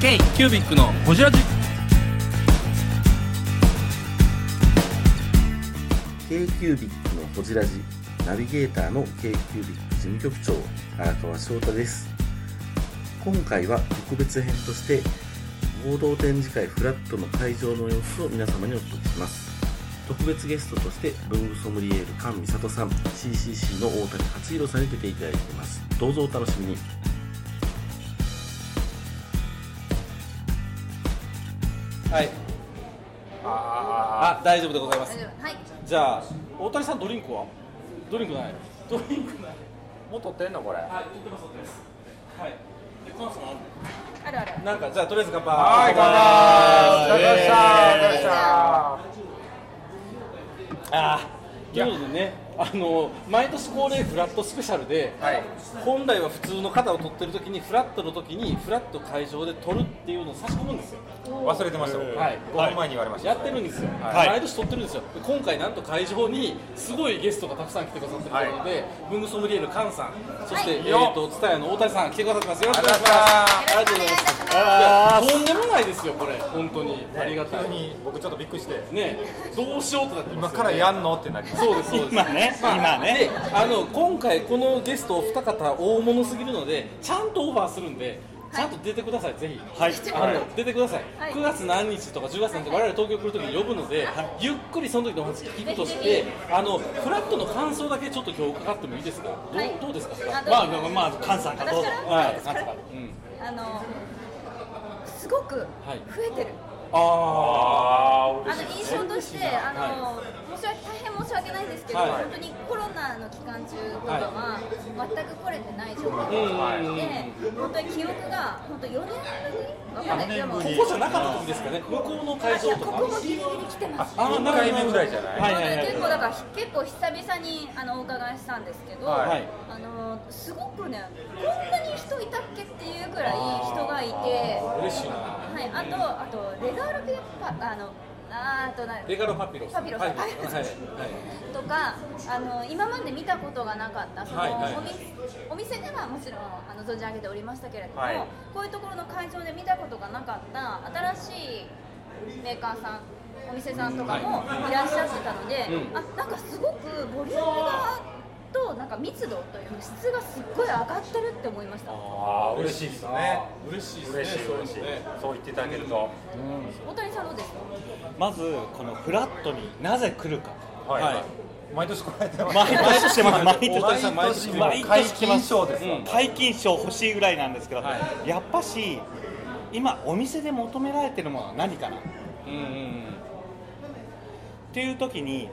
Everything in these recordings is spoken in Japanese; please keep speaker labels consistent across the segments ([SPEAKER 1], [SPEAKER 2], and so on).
[SPEAKER 1] K キュービックのホジラジ
[SPEAKER 2] k q u b i c のほじラジナビゲーターの k q u b i c 事務局長荒川翔太です今回は特別編として合同展示会フラットの会場の様子を皆様にお届けします特別ゲストとして文具ソムリエール菅美里さん CCC の大谷勝弘さんに出ていただいていますどうぞお楽しみに
[SPEAKER 1] はいあ大丈夫でございま
[SPEAKER 3] 大
[SPEAKER 1] す
[SPEAKER 3] 丈夫はい
[SPEAKER 1] じゃあ大谷さんドリンクはドリンクないドリンクない
[SPEAKER 4] もう撮ってんのこれ
[SPEAKER 1] はい取ってます取ってますはいでコンソン
[SPEAKER 3] あるある
[SPEAKER 1] なんかじゃあとりあえず乾杯
[SPEAKER 4] はい乾杯お疲れ様でしたお疲れ様でし
[SPEAKER 1] あーということでね、あの毎年恒例フラットスペシャルで、
[SPEAKER 4] はい
[SPEAKER 1] 本来は普通の方を撮ってる時にフラットの時にフラット会場で撮るっていうのを差し込むんですよ
[SPEAKER 4] た忘れてました僕
[SPEAKER 1] はい
[SPEAKER 4] 5分前に言われました
[SPEAKER 1] やってるんですよ、
[SPEAKER 4] はい
[SPEAKER 1] 毎年撮ってるんですよで今回なんと会場にすごいゲストがたくさん来てくださってるということで、文具ソムリエの菅さんそして、
[SPEAKER 3] はい
[SPEAKER 1] えーと蔦屋の大谷さん来てくださってますよろしくお願いします
[SPEAKER 3] あ
[SPEAKER 1] あ
[SPEAKER 3] り
[SPEAKER 1] り
[SPEAKER 3] が
[SPEAKER 1] が
[SPEAKER 3] と
[SPEAKER 1] と
[SPEAKER 3] う
[SPEAKER 1] う
[SPEAKER 3] ご
[SPEAKER 1] ございますすいやとんで
[SPEAKER 3] ざいま
[SPEAKER 1] もないですよこれ本当にありがた
[SPEAKER 4] 急
[SPEAKER 1] いね
[SPEAKER 4] に僕ちょっとびっくりして
[SPEAKER 1] どうしようとなってま
[SPEAKER 4] 今
[SPEAKER 1] すよね
[SPEAKER 4] からやんのってなりました
[SPEAKER 1] そうですそうです
[SPEAKER 5] 今ね今ね
[SPEAKER 1] であの今回このゲストお二方大物すぎるのでちゃんとオファーするんでちゃんと出てください、ぜひ、
[SPEAKER 5] はい
[SPEAKER 1] あの出てください、
[SPEAKER 3] はい
[SPEAKER 1] 9月何日とか10月何日とか我々東京来るときに呼ぶので、ゆっくりその時のお話聞くとしてあのフラットの感想だけちょっと今日伺ってもいいですか、どう
[SPEAKER 3] はい
[SPEAKER 1] どうですかフラッ
[SPEAKER 3] あ
[SPEAKER 1] ト
[SPEAKER 3] どう
[SPEAKER 5] まあまあまあ菅さんからどうぞ
[SPEAKER 3] 私から
[SPEAKER 1] はい
[SPEAKER 3] 私から
[SPEAKER 1] うん
[SPEAKER 3] あのすごく増
[SPEAKER 1] い
[SPEAKER 3] えてる、
[SPEAKER 1] あ
[SPEAKER 4] あ
[SPEAKER 3] あの印象として、あの申し訳大変申し訳ないですけど、
[SPEAKER 1] はい
[SPEAKER 3] 本当にコロナの期間中とかは全く来れてない状態
[SPEAKER 1] ーうんうんうんうん
[SPEAKER 3] で、本当に記憶が本当4年ぶりわかんないでも
[SPEAKER 4] 四年ぶり
[SPEAKER 1] ここじゃなかった時ですかね、向こうの
[SPEAKER 3] あ
[SPEAKER 1] 会
[SPEAKER 3] い
[SPEAKER 1] 場
[SPEAKER 3] や
[SPEAKER 1] と
[SPEAKER 3] こ
[SPEAKER 1] か
[SPEAKER 3] こもギリギリ来てます。
[SPEAKER 1] あ
[SPEAKER 4] 1回目ぐらいじゃない
[SPEAKER 1] はい
[SPEAKER 3] な
[SPEAKER 1] は
[SPEAKER 3] の
[SPEAKER 1] いは
[SPEAKER 3] で
[SPEAKER 1] い
[SPEAKER 3] 結構だから結構久々にあのお伺いしたんですけど、
[SPEAKER 4] はい
[SPEAKER 3] あのすごくねこんなに人いたっけっていうぐらい人がいて、
[SPEAKER 1] 嬉しいな
[SPEAKER 3] はい、あとあとレガールペッパーあのあーあとな
[SPEAKER 1] レガロパピロス
[SPEAKER 3] パピロス
[SPEAKER 1] はいは
[SPEAKER 3] はいい
[SPEAKER 1] はい
[SPEAKER 3] とかあの今まで見たことがなかったその、
[SPEAKER 1] はいはい
[SPEAKER 3] おみお店ではもちろんあの存じ上げておりましたけれども、
[SPEAKER 4] はい
[SPEAKER 3] こういうところの会場で見たことがなかった新しいメーカーさんお店さんとかもいらっしゃってたので、
[SPEAKER 1] うん
[SPEAKER 3] あなんかすごくボリュームがとなんか密度という質がすっごい上がってるって思いました
[SPEAKER 4] あー嬉しいですね
[SPEAKER 1] 嬉しいですね
[SPEAKER 4] 嬉しい
[SPEAKER 1] そう
[SPEAKER 4] 嬉しいそう言っていただけると
[SPEAKER 3] 大谷さんどうですか
[SPEAKER 5] まずこのフラットになぜ来るか
[SPEAKER 4] はい
[SPEAKER 1] はい
[SPEAKER 4] 毎年来られてます
[SPEAKER 5] 毎年してます毎
[SPEAKER 1] 大谷さん毎
[SPEAKER 5] 年
[SPEAKER 1] 年
[SPEAKER 5] 毎
[SPEAKER 4] 解
[SPEAKER 5] 年来ま
[SPEAKER 4] 禁
[SPEAKER 5] す
[SPEAKER 4] 賞です
[SPEAKER 1] うん
[SPEAKER 5] 解禁賞欲しいぐらいなんですけど、
[SPEAKER 1] は
[SPEAKER 5] やっぱし今お店で求められてるものは何かなっ
[SPEAKER 1] うんうんうん
[SPEAKER 5] ていう時に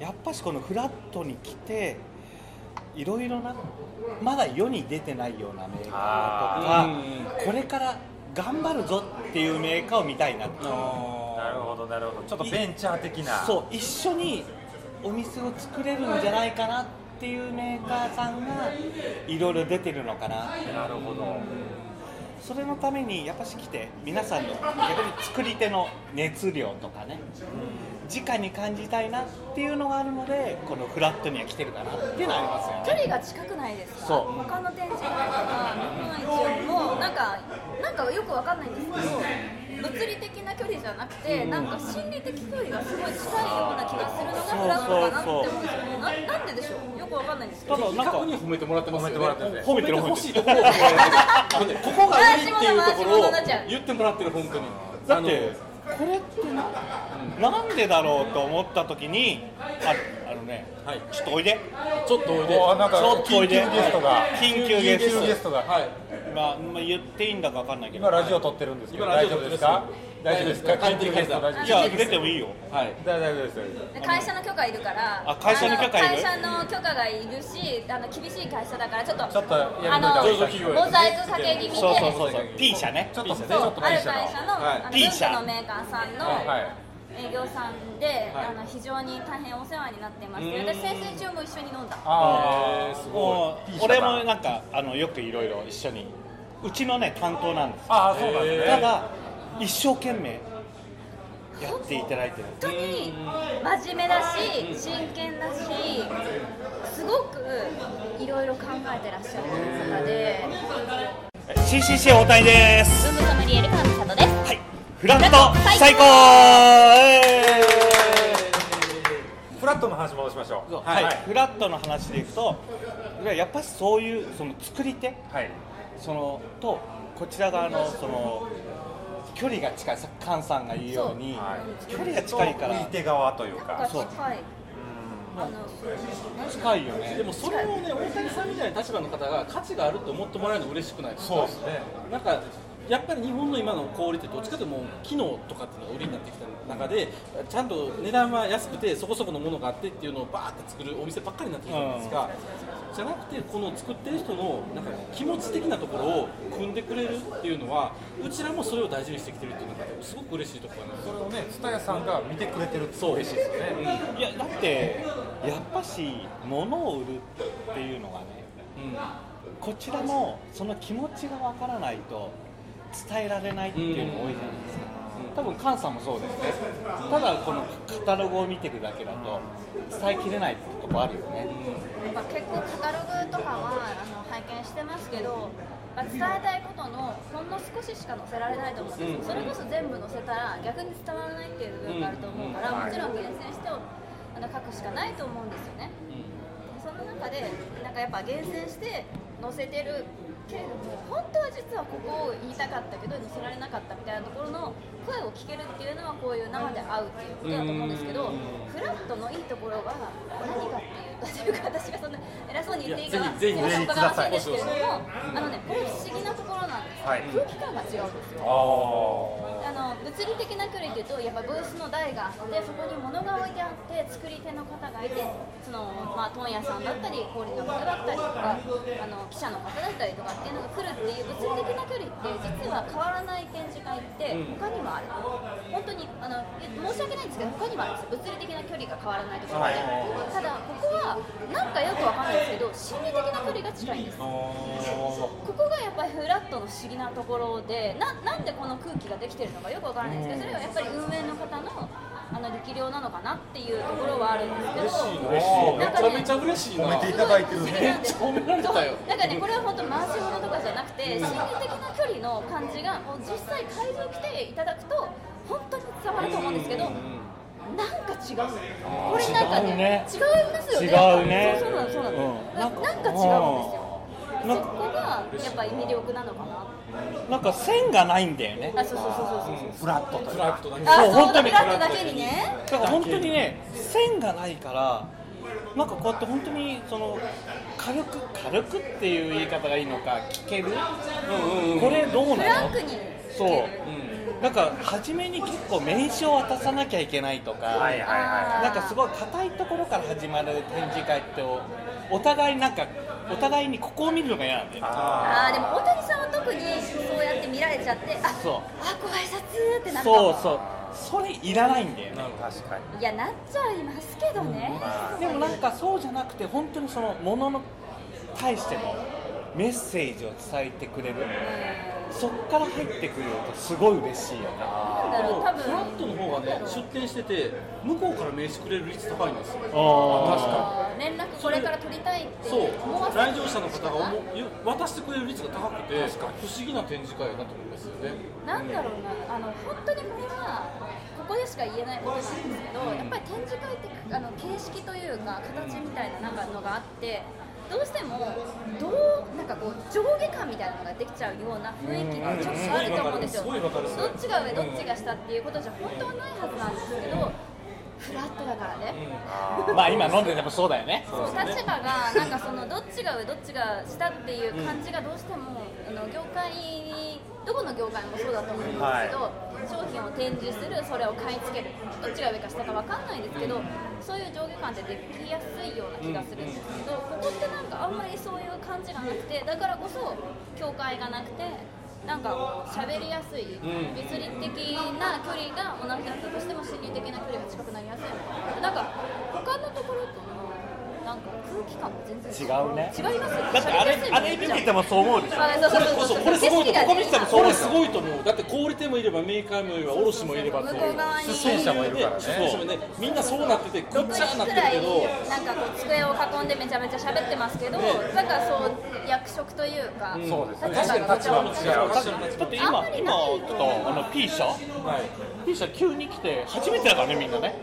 [SPEAKER 5] やっぱしこのフラットに来ていろいろなまだ世に出てないようなメーカーとかこれから頑張るぞっていうメーカーを見たいなって
[SPEAKER 4] なるほどなるほどちょっとベンチャー的な
[SPEAKER 5] そう一緒にお店を作れるんじゃないかなっていうメーカーさんがいろいろ出てるのかな
[SPEAKER 4] なるほど
[SPEAKER 5] それのためにやっぱし来て皆さんの逆に作り手の熱量とかね直に感じたいなっていうのがあるのでこのフラットには来てるかなっていうのはありますよね
[SPEAKER 3] 距離が近くないですか
[SPEAKER 5] そう
[SPEAKER 3] 他の展示会とか日本一もなんかなんかよくわかんないんですけど物理的な距離じゃなくて、なんか心理的距離がすごい近いような気がするのがフラットかなって思うんですよねななんででしょうよくわかんないんですけど
[SPEAKER 5] ただなん
[SPEAKER 1] 逆
[SPEAKER 5] か
[SPEAKER 1] に褒めてもらってますよね
[SPEAKER 4] 褒めてもらってる
[SPEAKER 5] 褒めてる褒め
[SPEAKER 1] ほしてい
[SPEAKER 5] る
[SPEAKER 1] ところを褒められてるここがいいっていうところを言ってもらってる本当に
[SPEAKER 5] だってこれってななんでだろうと思った時にああのね
[SPEAKER 1] あのはい
[SPEAKER 5] ちょっとおいで
[SPEAKER 1] ちょっとおいで
[SPEAKER 4] おーなんか
[SPEAKER 5] ちょっとお
[SPEAKER 4] 緊急
[SPEAKER 5] いで
[SPEAKER 4] ゲストが
[SPEAKER 5] 緊急ゲス
[SPEAKER 4] 緊
[SPEAKER 5] ト
[SPEAKER 4] 急ゲストが
[SPEAKER 1] はい
[SPEAKER 5] まあ、まあ、言っていいんだかわかんないけど
[SPEAKER 4] 今ラジオ撮ってるんですけど
[SPEAKER 1] 今ラ
[SPEAKER 4] 大
[SPEAKER 1] ジオ
[SPEAKER 4] 丈
[SPEAKER 1] 撮って
[SPEAKER 4] 夫ですか
[SPEAKER 1] 大丈夫で
[SPEAKER 4] 大丈夫ですす
[SPEAKER 1] か
[SPEAKER 4] か緊急ゲスト大丈夫
[SPEAKER 5] じゃあ出てもいいよ
[SPEAKER 1] はい
[SPEAKER 4] 大丈夫です
[SPEAKER 3] 会社の許可いるから
[SPEAKER 5] あ会社の許可いる
[SPEAKER 3] あの会社の許可がいるしあの厳しい会社だからちょっと
[SPEAKER 4] ちょっとやめといた
[SPEAKER 3] あの
[SPEAKER 4] 上場
[SPEAKER 1] 企業や
[SPEAKER 3] モザイクかけ気味で
[SPEAKER 5] そうそうそうそう P 社ね
[SPEAKER 4] ちょっとちょっ
[SPEAKER 3] そうあ
[SPEAKER 4] と
[SPEAKER 3] る
[SPEAKER 4] いい
[SPEAKER 3] 会
[SPEAKER 4] 社
[SPEAKER 3] 社
[SPEAKER 4] の
[SPEAKER 3] の,、
[SPEAKER 1] はい
[SPEAKER 3] あの
[SPEAKER 5] T
[SPEAKER 3] 文
[SPEAKER 5] 社
[SPEAKER 3] 具のメーカーさんの
[SPEAKER 4] はい
[SPEAKER 3] 営業さんで、
[SPEAKER 1] はい
[SPEAKER 3] あの非常に大変お世話になっています、
[SPEAKER 1] うーん
[SPEAKER 3] 私先生中も一緒に飲んだ
[SPEAKER 4] あ
[SPEAKER 1] えーすごい
[SPEAKER 5] も
[SPEAKER 4] T
[SPEAKER 5] う
[SPEAKER 4] 社
[SPEAKER 5] 俺もなんかあのよくいろいろ一緒にうちのね担当なんですよ
[SPEAKER 4] ああそうなんですね
[SPEAKER 5] ただ一生懸命やっていただいてる
[SPEAKER 3] 本当に真面目だし真剣だしすごくいろいろ考えてらっしゃる方で
[SPEAKER 5] CCC 大谷です
[SPEAKER 6] ブームソムリエル川美里です
[SPEAKER 5] はいフラット
[SPEAKER 6] フラット
[SPEAKER 5] 最
[SPEAKER 6] 最
[SPEAKER 5] 高
[SPEAKER 6] 高
[SPEAKER 4] フラットの話戻しましょう。
[SPEAKER 5] はい、
[SPEAKER 4] はい。
[SPEAKER 5] フラットの話でいくとやっぱりそういうその作り手
[SPEAKER 4] はい。
[SPEAKER 5] そのとこちら側のその距離が近いさ菅さんが言うように
[SPEAKER 4] はい
[SPEAKER 5] 距離が近いから
[SPEAKER 4] 売り手側という
[SPEAKER 3] なんか
[SPEAKER 4] か。
[SPEAKER 5] そう
[SPEAKER 3] 近いあの
[SPEAKER 5] 近いよね
[SPEAKER 1] でもそれをね大谷さんみたいな立場の方が価値があると思ってもらえるの嬉しくないですか
[SPEAKER 4] そうですね。
[SPEAKER 1] なんかやっぱり日本の今の小売りってどっちかというともう機能とかっていうのが売りになってきた中でちゃんと値段は安くてそこそこのものがあってっていうのをバーって作るお店ばっかりになってきたじゃないですか、じゃなくてこの作ってる人のなんか気持ち的なところを組んでくれるっていうのはうちらもそれを大事にしてきてるっていうのがすごく嬉しいところかな
[SPEAKER 4] それをね、蔦屋さんが見てくれてるって
[SPEAKER 1] そう
[SPEAKER 4] 嬉しいですよね。
[SPEAKER 5] いやだってやっぱし物を売るっていうのがねこちらもその気持ちがわからないと伝えられないっていうのが多いじゃないですか、多分菅さんもそうですねただこのカタログを見てるだけだと伝えきれないとこあるよね、
[SPEAKER 3] やっぱ結構カタログとかはあの拝見してますけどやっぱ伝えたいことのほんの少ししか載せられないと思うんですよ、それこそ全部載せたら逆に伝わらないっていう部分があると思うから、もちろん厳選してあの書くしかないと思うんですよねその中でなんかやっぱ厳選して載せてるけれども本当は実はここを言いたかったけど載せられなかったみたいなところの声を聞けるっていうのはこういう生で会うっていうことだと思うんですけどフラットのいいところは何かっていうとというか私がそんな偉そうに言っていいかは
[SPEAKER 1] ぜひぜひ
[SPEAKER 3] お伺いしいんですけれどもあのねこれ不思議なところなんです
[SPEAKER 4] はい
[SPEAKER 3] けど空気感が違うんですよ
[SPEAKER 4] ああ。
[SPEAKER 3] あの物理的な距離でいうとやっぱブースの台があってそこに物が置いてあって作り手の方がいてその、まあ、問屋さんだったり小売りの方だったりとかあの記者の方だったりとかっていうのが来るっていう物理的な距離って実は変わらない展示会って他にもある、本当にあのえ申し訳ないんですけど他にもあるんです物理的な距離が変わらないところで、ただここはなんかよくわかんないですけど心理的な距離が近いんですここがやっぱりフラットの不思議なところでななんでこの空気ができてるのかよくわからないんですけどそれはやっぱり運営の方のあの力量なのかなっていうところはあるんですけど
[SPEAKER 4] 嬉しい
[SPEAKER 1] めちゃめちゃ嬉しいな
[SPEAKER 4] 褒めていただいてるね。
[SPEAKER 1] めっちゃ褒められたよ
[SPEAKER 3] なんかね、これは本当回し物とかじゃなくて、心理的な距離の感じが、もう実際会場来ていただくと、本当に伝わると思うんですけど、なんか違う。これなんかね、違
[SPEAKER 5] 違
[SPEAKER 3] いますよね。
[SPEAKER 5] 違うね
[SPEAKER 3] そうそうなの、そうなの
[SPEAKER 5] うん。
[SPEAKER 3] ななんか違うんですよ。そ
[SPEAKER 5] なん
[SPEAKER 3] こがやっぱり魅力なのかな。
[SPEAKER 5] なんか線がないんだよね
[SPEAKER 3] あ、そうそうそうそうそう。
[SPEAKER 4] フラットという
[SPEAKER 1] フ
[SPEAKER 4] か。
[SPEAKER 1] ラットだけ
[SPEAKER 3] あ、
[SPEAKER 5] そう
[SPEAKER 3] そう
[SPEAKER 5] 本当
[SPEAKER 3] だ、
[SPEAKER 5] に
[SPEAKER 3] フラットだけにね。
[SPEAKER 5] だから本当にね線がないからなんかこうやって本当にその軽く軽くっていう言い方がいいのか聞ける、これどう
[SPEAKER 3] フ
[SPEAKER 5] な
[SPEAKER 3] ラ
[SPEAKER 5] の
[SPEAKER 3] ンクに。
[SPEAKER 5] そう、なんか初めに結構名刺を渡さなきゃいけないとか、
[SPEAKER 4] はいはいは
[SPEAKER 5] なんかすごい硬いところから始まる展示会っておお互いなんかお互いにここを見るのが嫌なんだよね
[SPEAKER 3] あーでも大谷さんは特にそうやって見られちゃってあ
[SPEAKER 5] そう
[SPEAKER 3] あご挨拶ってなった
[SPEAKER 5] そうそうそれいらないんだよね
[SPEAKER 4] い。確かに。
[SPEAKER 3] いやなっちゃいますけどね、
[SPEAKER 5] でもなんかそうじゃなくて本当にそのものの対してのメッセージを伝えてくれるそっから入ってくるとすごい嬉しいよね
[SPEAKER 3] なんだろう多分
[SPEAKER 1] フラットの方がね出店してて向こうから名刺くれる率高いんですよ
[SPEAKER 3] あ
[SPEAKER 5] あ
[SPEAKER 3] ー連絡これから取りたいって
[SPEAKER 1] そう
[SPEAKER 3] 思わせ
[SPEAKER 1] 来場者の方が思う渡してくれる率が高くて不思議な展示会だと思いますよね
[SPEAKER 3] なんだろうなあの本当にこれはここでしか言えないことなんですけど、やっぱり展示会ってあの形式というか形みたいななんかのがあってどうしてもどうなんかこう上下感みたいなのができちゃうような雰囲気がちょっとあると思うんですよ。
[SPEAKER 1] すごいわかるすごい
[SPEAKER 3] どっちが上どっちが下っていうことじゃ本当はないはずなんですけど、フラットだからね。
[SPEAKER 5] ーまあ今飲んでてもそうだよね
[SPEAKER 3] そう立場がなんかそのどっちが上どっちが下っていう感じがどうしても、あの業界どこの業界もそうだと思うんですけど、商品を展示するそれを買い付けるどっちが上か下かわかんないですけど、そういう上下感ってできやすいような気がするんですけど、ここってなんかあんまりそういう感じがなくてだからこそ境界がなくて。なんか喋りやすい、
[SPEAKER 1] ん
[SPEAKER 3] 物理的な距離が同じだったとしても心理的な距離が近くなりやすいのなんか他のところとのなんか空気感も全然
[SPEAKER 5] 違うね
[SPEAKER 3] 違いますよ
[SPEAKER 5] だってあれあれ見ててもそう思うでしょ
[SPEAKER 3] あそう
[SPEAKER 1] これ
[SPEAKER 3] そう
[SPEAKER 1] こ
[SPEAKER 3] そ
[SPEAKER 1] そ
[SPEAKER 3] うそう
[SPEAKER 1] これすごいと
[SPEAKER 3] 景色がね
[SPEAKER 1] ここ見てたらこれすごいと思うだって小売店もいればメーカーもいれば卸もいれば
[SPEAKER 3] 向こう側に
[SPEAKER 4] 出演者もいるからね。
[SPEAKER 1] そうねみんなそうなっててごっ
[SPEAKER 3] 6
[SPEAKER 1] ちゃにな
[SPEAKER 3] 人
[SPEAKER 1] ってる
[SPEAKER 3] くら
[SPEAKER 1] け
[SPEAKER 3] い
[SPEAKER 1] ど
[SPEAKER 3] なんかこう机を囲んでめちゃめちゃ喋ってますけど、だからそうや役職というか、
[SPEAKER 1] うん
[SPEAKER 4] そうですね
[SPEAKER 3] 立場が
[SPEAKER 1] 立場も違う
[SPEAKER 3] 立場も違
[SPEAKER 5] だって
[SPEAKER 3] あん
[SPEAKER 5] 今
[SPEAKER 3] まり
[SPEAKER 5] 今
[SPEAKER 3] ない
[SPEAKER 5] ちょっとあの P 社
[SPEAKER 1] はい
[SPEAKER 5] P 社急に来て初めてだからねみんなね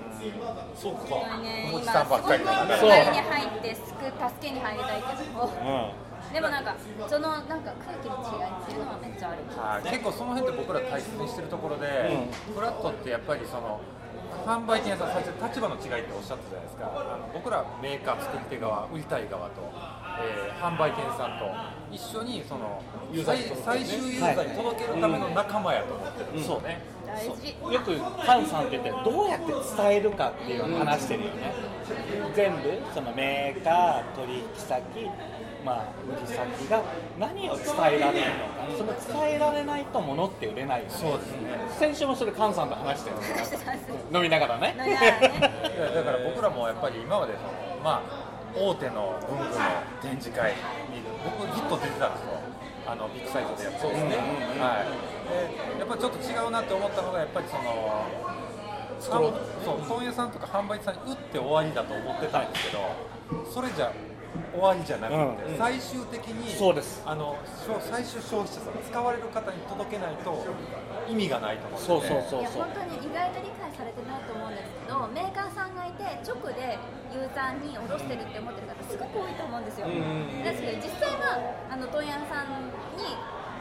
[SPEAKER 1] そうか
[SPEAKER 3] 本当にね
[SPEAKER 4] お
[SPEAKER 3] 今
[SPEAKER 4] じ
[SPEAKER 3] す
[SPEAKER 4] さんば
[SPEAKER 3] ご
[SPEAKER 4] っ
[SPEAKER 3] く
[SPEAKER 4] かりだね
[SPEAKER 3] 世界に入ってすく助けに入りたいけど
[SPEAKER 5] う
[SPEAKER 3] でもなんかそのなんか空気の違いっていうのはめっちゃある
[SPEAKER 4] はい結構その辺って僕ら大切にしてるところで、フラットってやっぱりその販売店さん最初立場の違いっておっしゃったじゃないですかあの僕らメーカー作り手側売りたい側と、えー販売店さんと一緒にその最最終ユーザーに届けるための仲間やと思ってるんですよね、
[SPEAKER 3] 大事
[SPEAKER 5] ん、よくカンさんって言ってどうやって伝えるかっていうのを話してるよね、全部そのメーカー取引先まあ売り先が何を伝えられるのかその伝えられないと物って売れないよね
[SPEAKER 4] そうですね
[SPEAKER 5] 先週もそれカンさんと話してるの
[SPEAKER 3] 話してたんです
[SPEAKER 5] 飲みながらね
[SPEAKER 3] 飲みながらね
[SPEAKER 4] いやだから僕らもやっぱり今までその、まあ、大手の文具の展示会に僕ずっと出てたんですよあのビッグサイトでやってですね、はい、でやっぱりちょっと違うなって思ったのがやっぱりその販そう問屋さんとか販売さんに打って終わりだと思ってたんですけど、それじゃ終わりじゃなくて、
[SPEAKER 5] うん
[SPEAKER 4] 最終的に
[SPEAKER 5] そうです
[SPEAKER 4] あの消最終消費者さん使われる方に届けないと意味がないと思ってて
[SPEAKER 5] そうそ
[SPEAKER 3] い
[SPEAKER 5] うそ
[SPEAKER 3] うや
[SPEAKER 5] そう
[SPEAKER 3] 本当に意外と理解されてないと思うんですけどメーカーさんがいて直でユーザーに卸してるって思ってる方すごく多いと思うんですよ
[SPEAKER 1] ん
[SPEAKER 3] ですけど実際はあの問屋さんに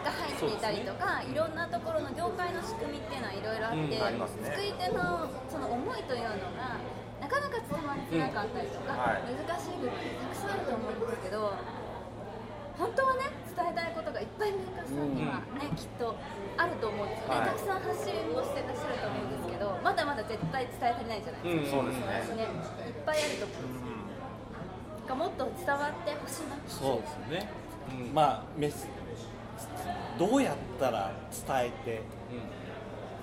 [SPEAKER 3] が入っていたりとか、いろんなところの業界の仕組みっていうのはいろいろあっ
[SPEAKER 1] うん
[SPEAKER 3] て、
[SPEAKER 4] ありますね
[SPEAKER 3] 作り手のその思いというのがなかなか伝わりづらかったりとか、
[SPEAKER 4] はい
[SPEAKER 3] 難しい部分たくさんあると思うんですけど本当はね伝えたいことがいっぱいメーカーさんにはね、きっとあると思うんですよね、
[SPEAKER 4] はい
[SPEAKER 3] たくさん発信もしてらっしゃると思うんですけどまだまだ絶対伝え足りないじゃないです
[SPEAKER 1] う
[SPEAKER 3] か、
[SPEAKER 1] んそう
[SPEAKER 4] です
[SPEAKER 3] ね
[SPEAKER 4] ね
[SPEAKER 3] いっぱいあると思うんですよ、もっと伝わってほしいなって
[SPEAKER 5] そうです
[SPEAKER 1] ねうん
[SPEAKER 5] まあメスどうやったら伝えて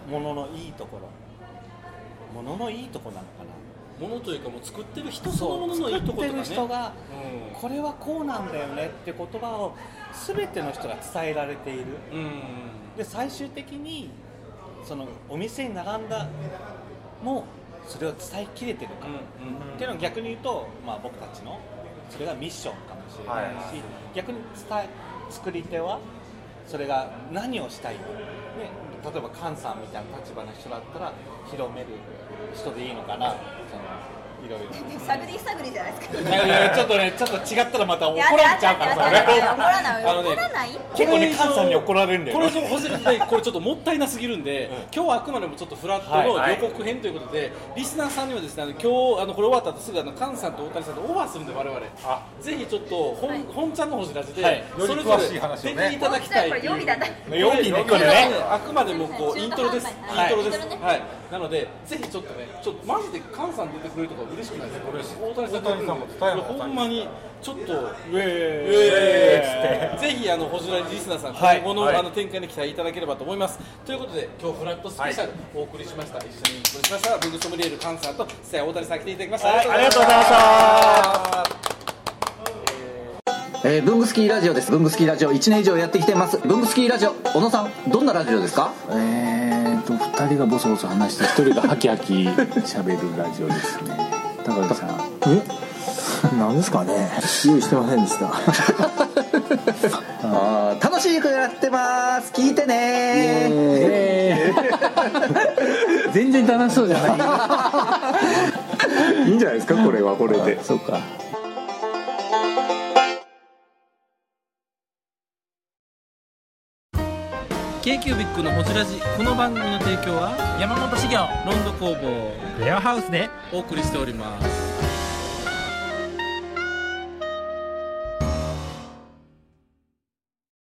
[SPEAKER 5] もののいいところもののいいとこなのかな
[SPEAKER 1] ものというかもう作ってる人そのもののいいところとか
[SPEAKER 5] 作ってる
[SPEAKER 1] ね
[SPEAKER 5] 人が
[SPEAKER 1] うん
[SPEAKER 5] これはこうなんだよねって言葉を全ての人が伝えられている
[SPEAKER 1] うん
[SPEAKER 5] で最終的にそのお店に並んだもそれを伝えきれてるか、っていうのは逆に言うと、まあ、僕たちのそれがミッションかもしれないし、逆に伝え作り手はそれが何をしたいの、ね、例えば菅さんみたいな立場の人だったら広める人でいいのかなそのいろいろ。
[SPEAKER 3] 探り探りじゃないですか。
[SPEAKER 5] いやいやちょっとね、ちょっと違ったらまた怒られちゃうからさ、
[SPEAKER 3] やだやだやだやだ
[SPEAKER 5] 俺
[SPEAKER 3] 怒らない
[SPEAKER 1] あのね
[SPEAKER 3] 怒らない。
[SPEAKER 5] 結構ね、菅さんに怒られるんだよ
[SPEAKER 1] これ以
[SPEAKER 5] ね。
[SPEAKER 1] 上ほじるとねこれちょっともったいなすぎるんで、今日はあくまでもちょっとフラットの
[SPEAKER 4] はい
[SPEAKER 1] 予告編ということで、リスナーさんにはですねあの今日あのこれ終わった後すぐあの菅さんと大谷さんとオファーするんで我々
[SPEAKER 4] あ
[SPEAKER 1] ぜひちょっと本,、
[SPEAKER 3] はい
[SPEAKER 1] 本ちゃんのほじラジで、
[SPEAKER 5] はい
[SPEAKER 1] それぞ
[SPEAKER 4] より詳しい話を
[SPEAKER 1] れ
[SPEAKER 4] ね
[SPEAKER 1] 出ていただきたいっていう
[SPEAKER 3] これ予備だな
[SPEAKER 5] 予備ねこれね
[SPEAKER 1] あくまでもこうイントロです、
[SPEAKER 3] は
[SPEAKER 1] イン
[SPEAKER 3] い
[SPEAKER 1] トロです、
[SPEAKER 3] イントロね
[SPEAKER 1] はい、なのでぜひちょっとねちょっとマジで菅さん出てくれるとか嬉しくないですか
[SPEAKER 4] 嬉しい
[SPEAKER 1] 大谷さん
[SPEAKER 4] 大谷さんも伝えろ
[SPEAKER 1] ほんまにちょっと
[SPEAKER 5] え
[SPEAKER 1] ぜひあのホジラリスナーさん、
[SPEAKER 5] はい
[SPEAKER 1] 今後の,、
[SPEAKER 4] はい
[SPEAKER 1] あの展開に期待いただければと思います。ということで今日フラットスペシャルお送りしました。一緒にお送りしましたブグソムリエルカンさんと瀬谷大谷さん来ていただきました。
[SPEAKER 5] はいありがとうございました。
[SPEAKER 7] えー、ブングスキーラジオです文具スキーラジオ1年以上やってきてます文具スキーラジオ小野さんどんなラジオですか
[SPEAKER 8] えーと2人がボソボソ話して1人がハキハキ喋るラジオですね高木さん
[SPEAKER 9] えなんですかね用意してませんでした
[SPEAKER 7] あー楽しい曲やってます聞いてね
[SPEAKER 8] えー全然楽しそうじゃない
[SPEAKER 9] いいんじゃないですかこれはこれで
[SPEAKER 8] そうか
[SPEAKER 1] 山本資源ロンド工房レアハウスでお送りしております。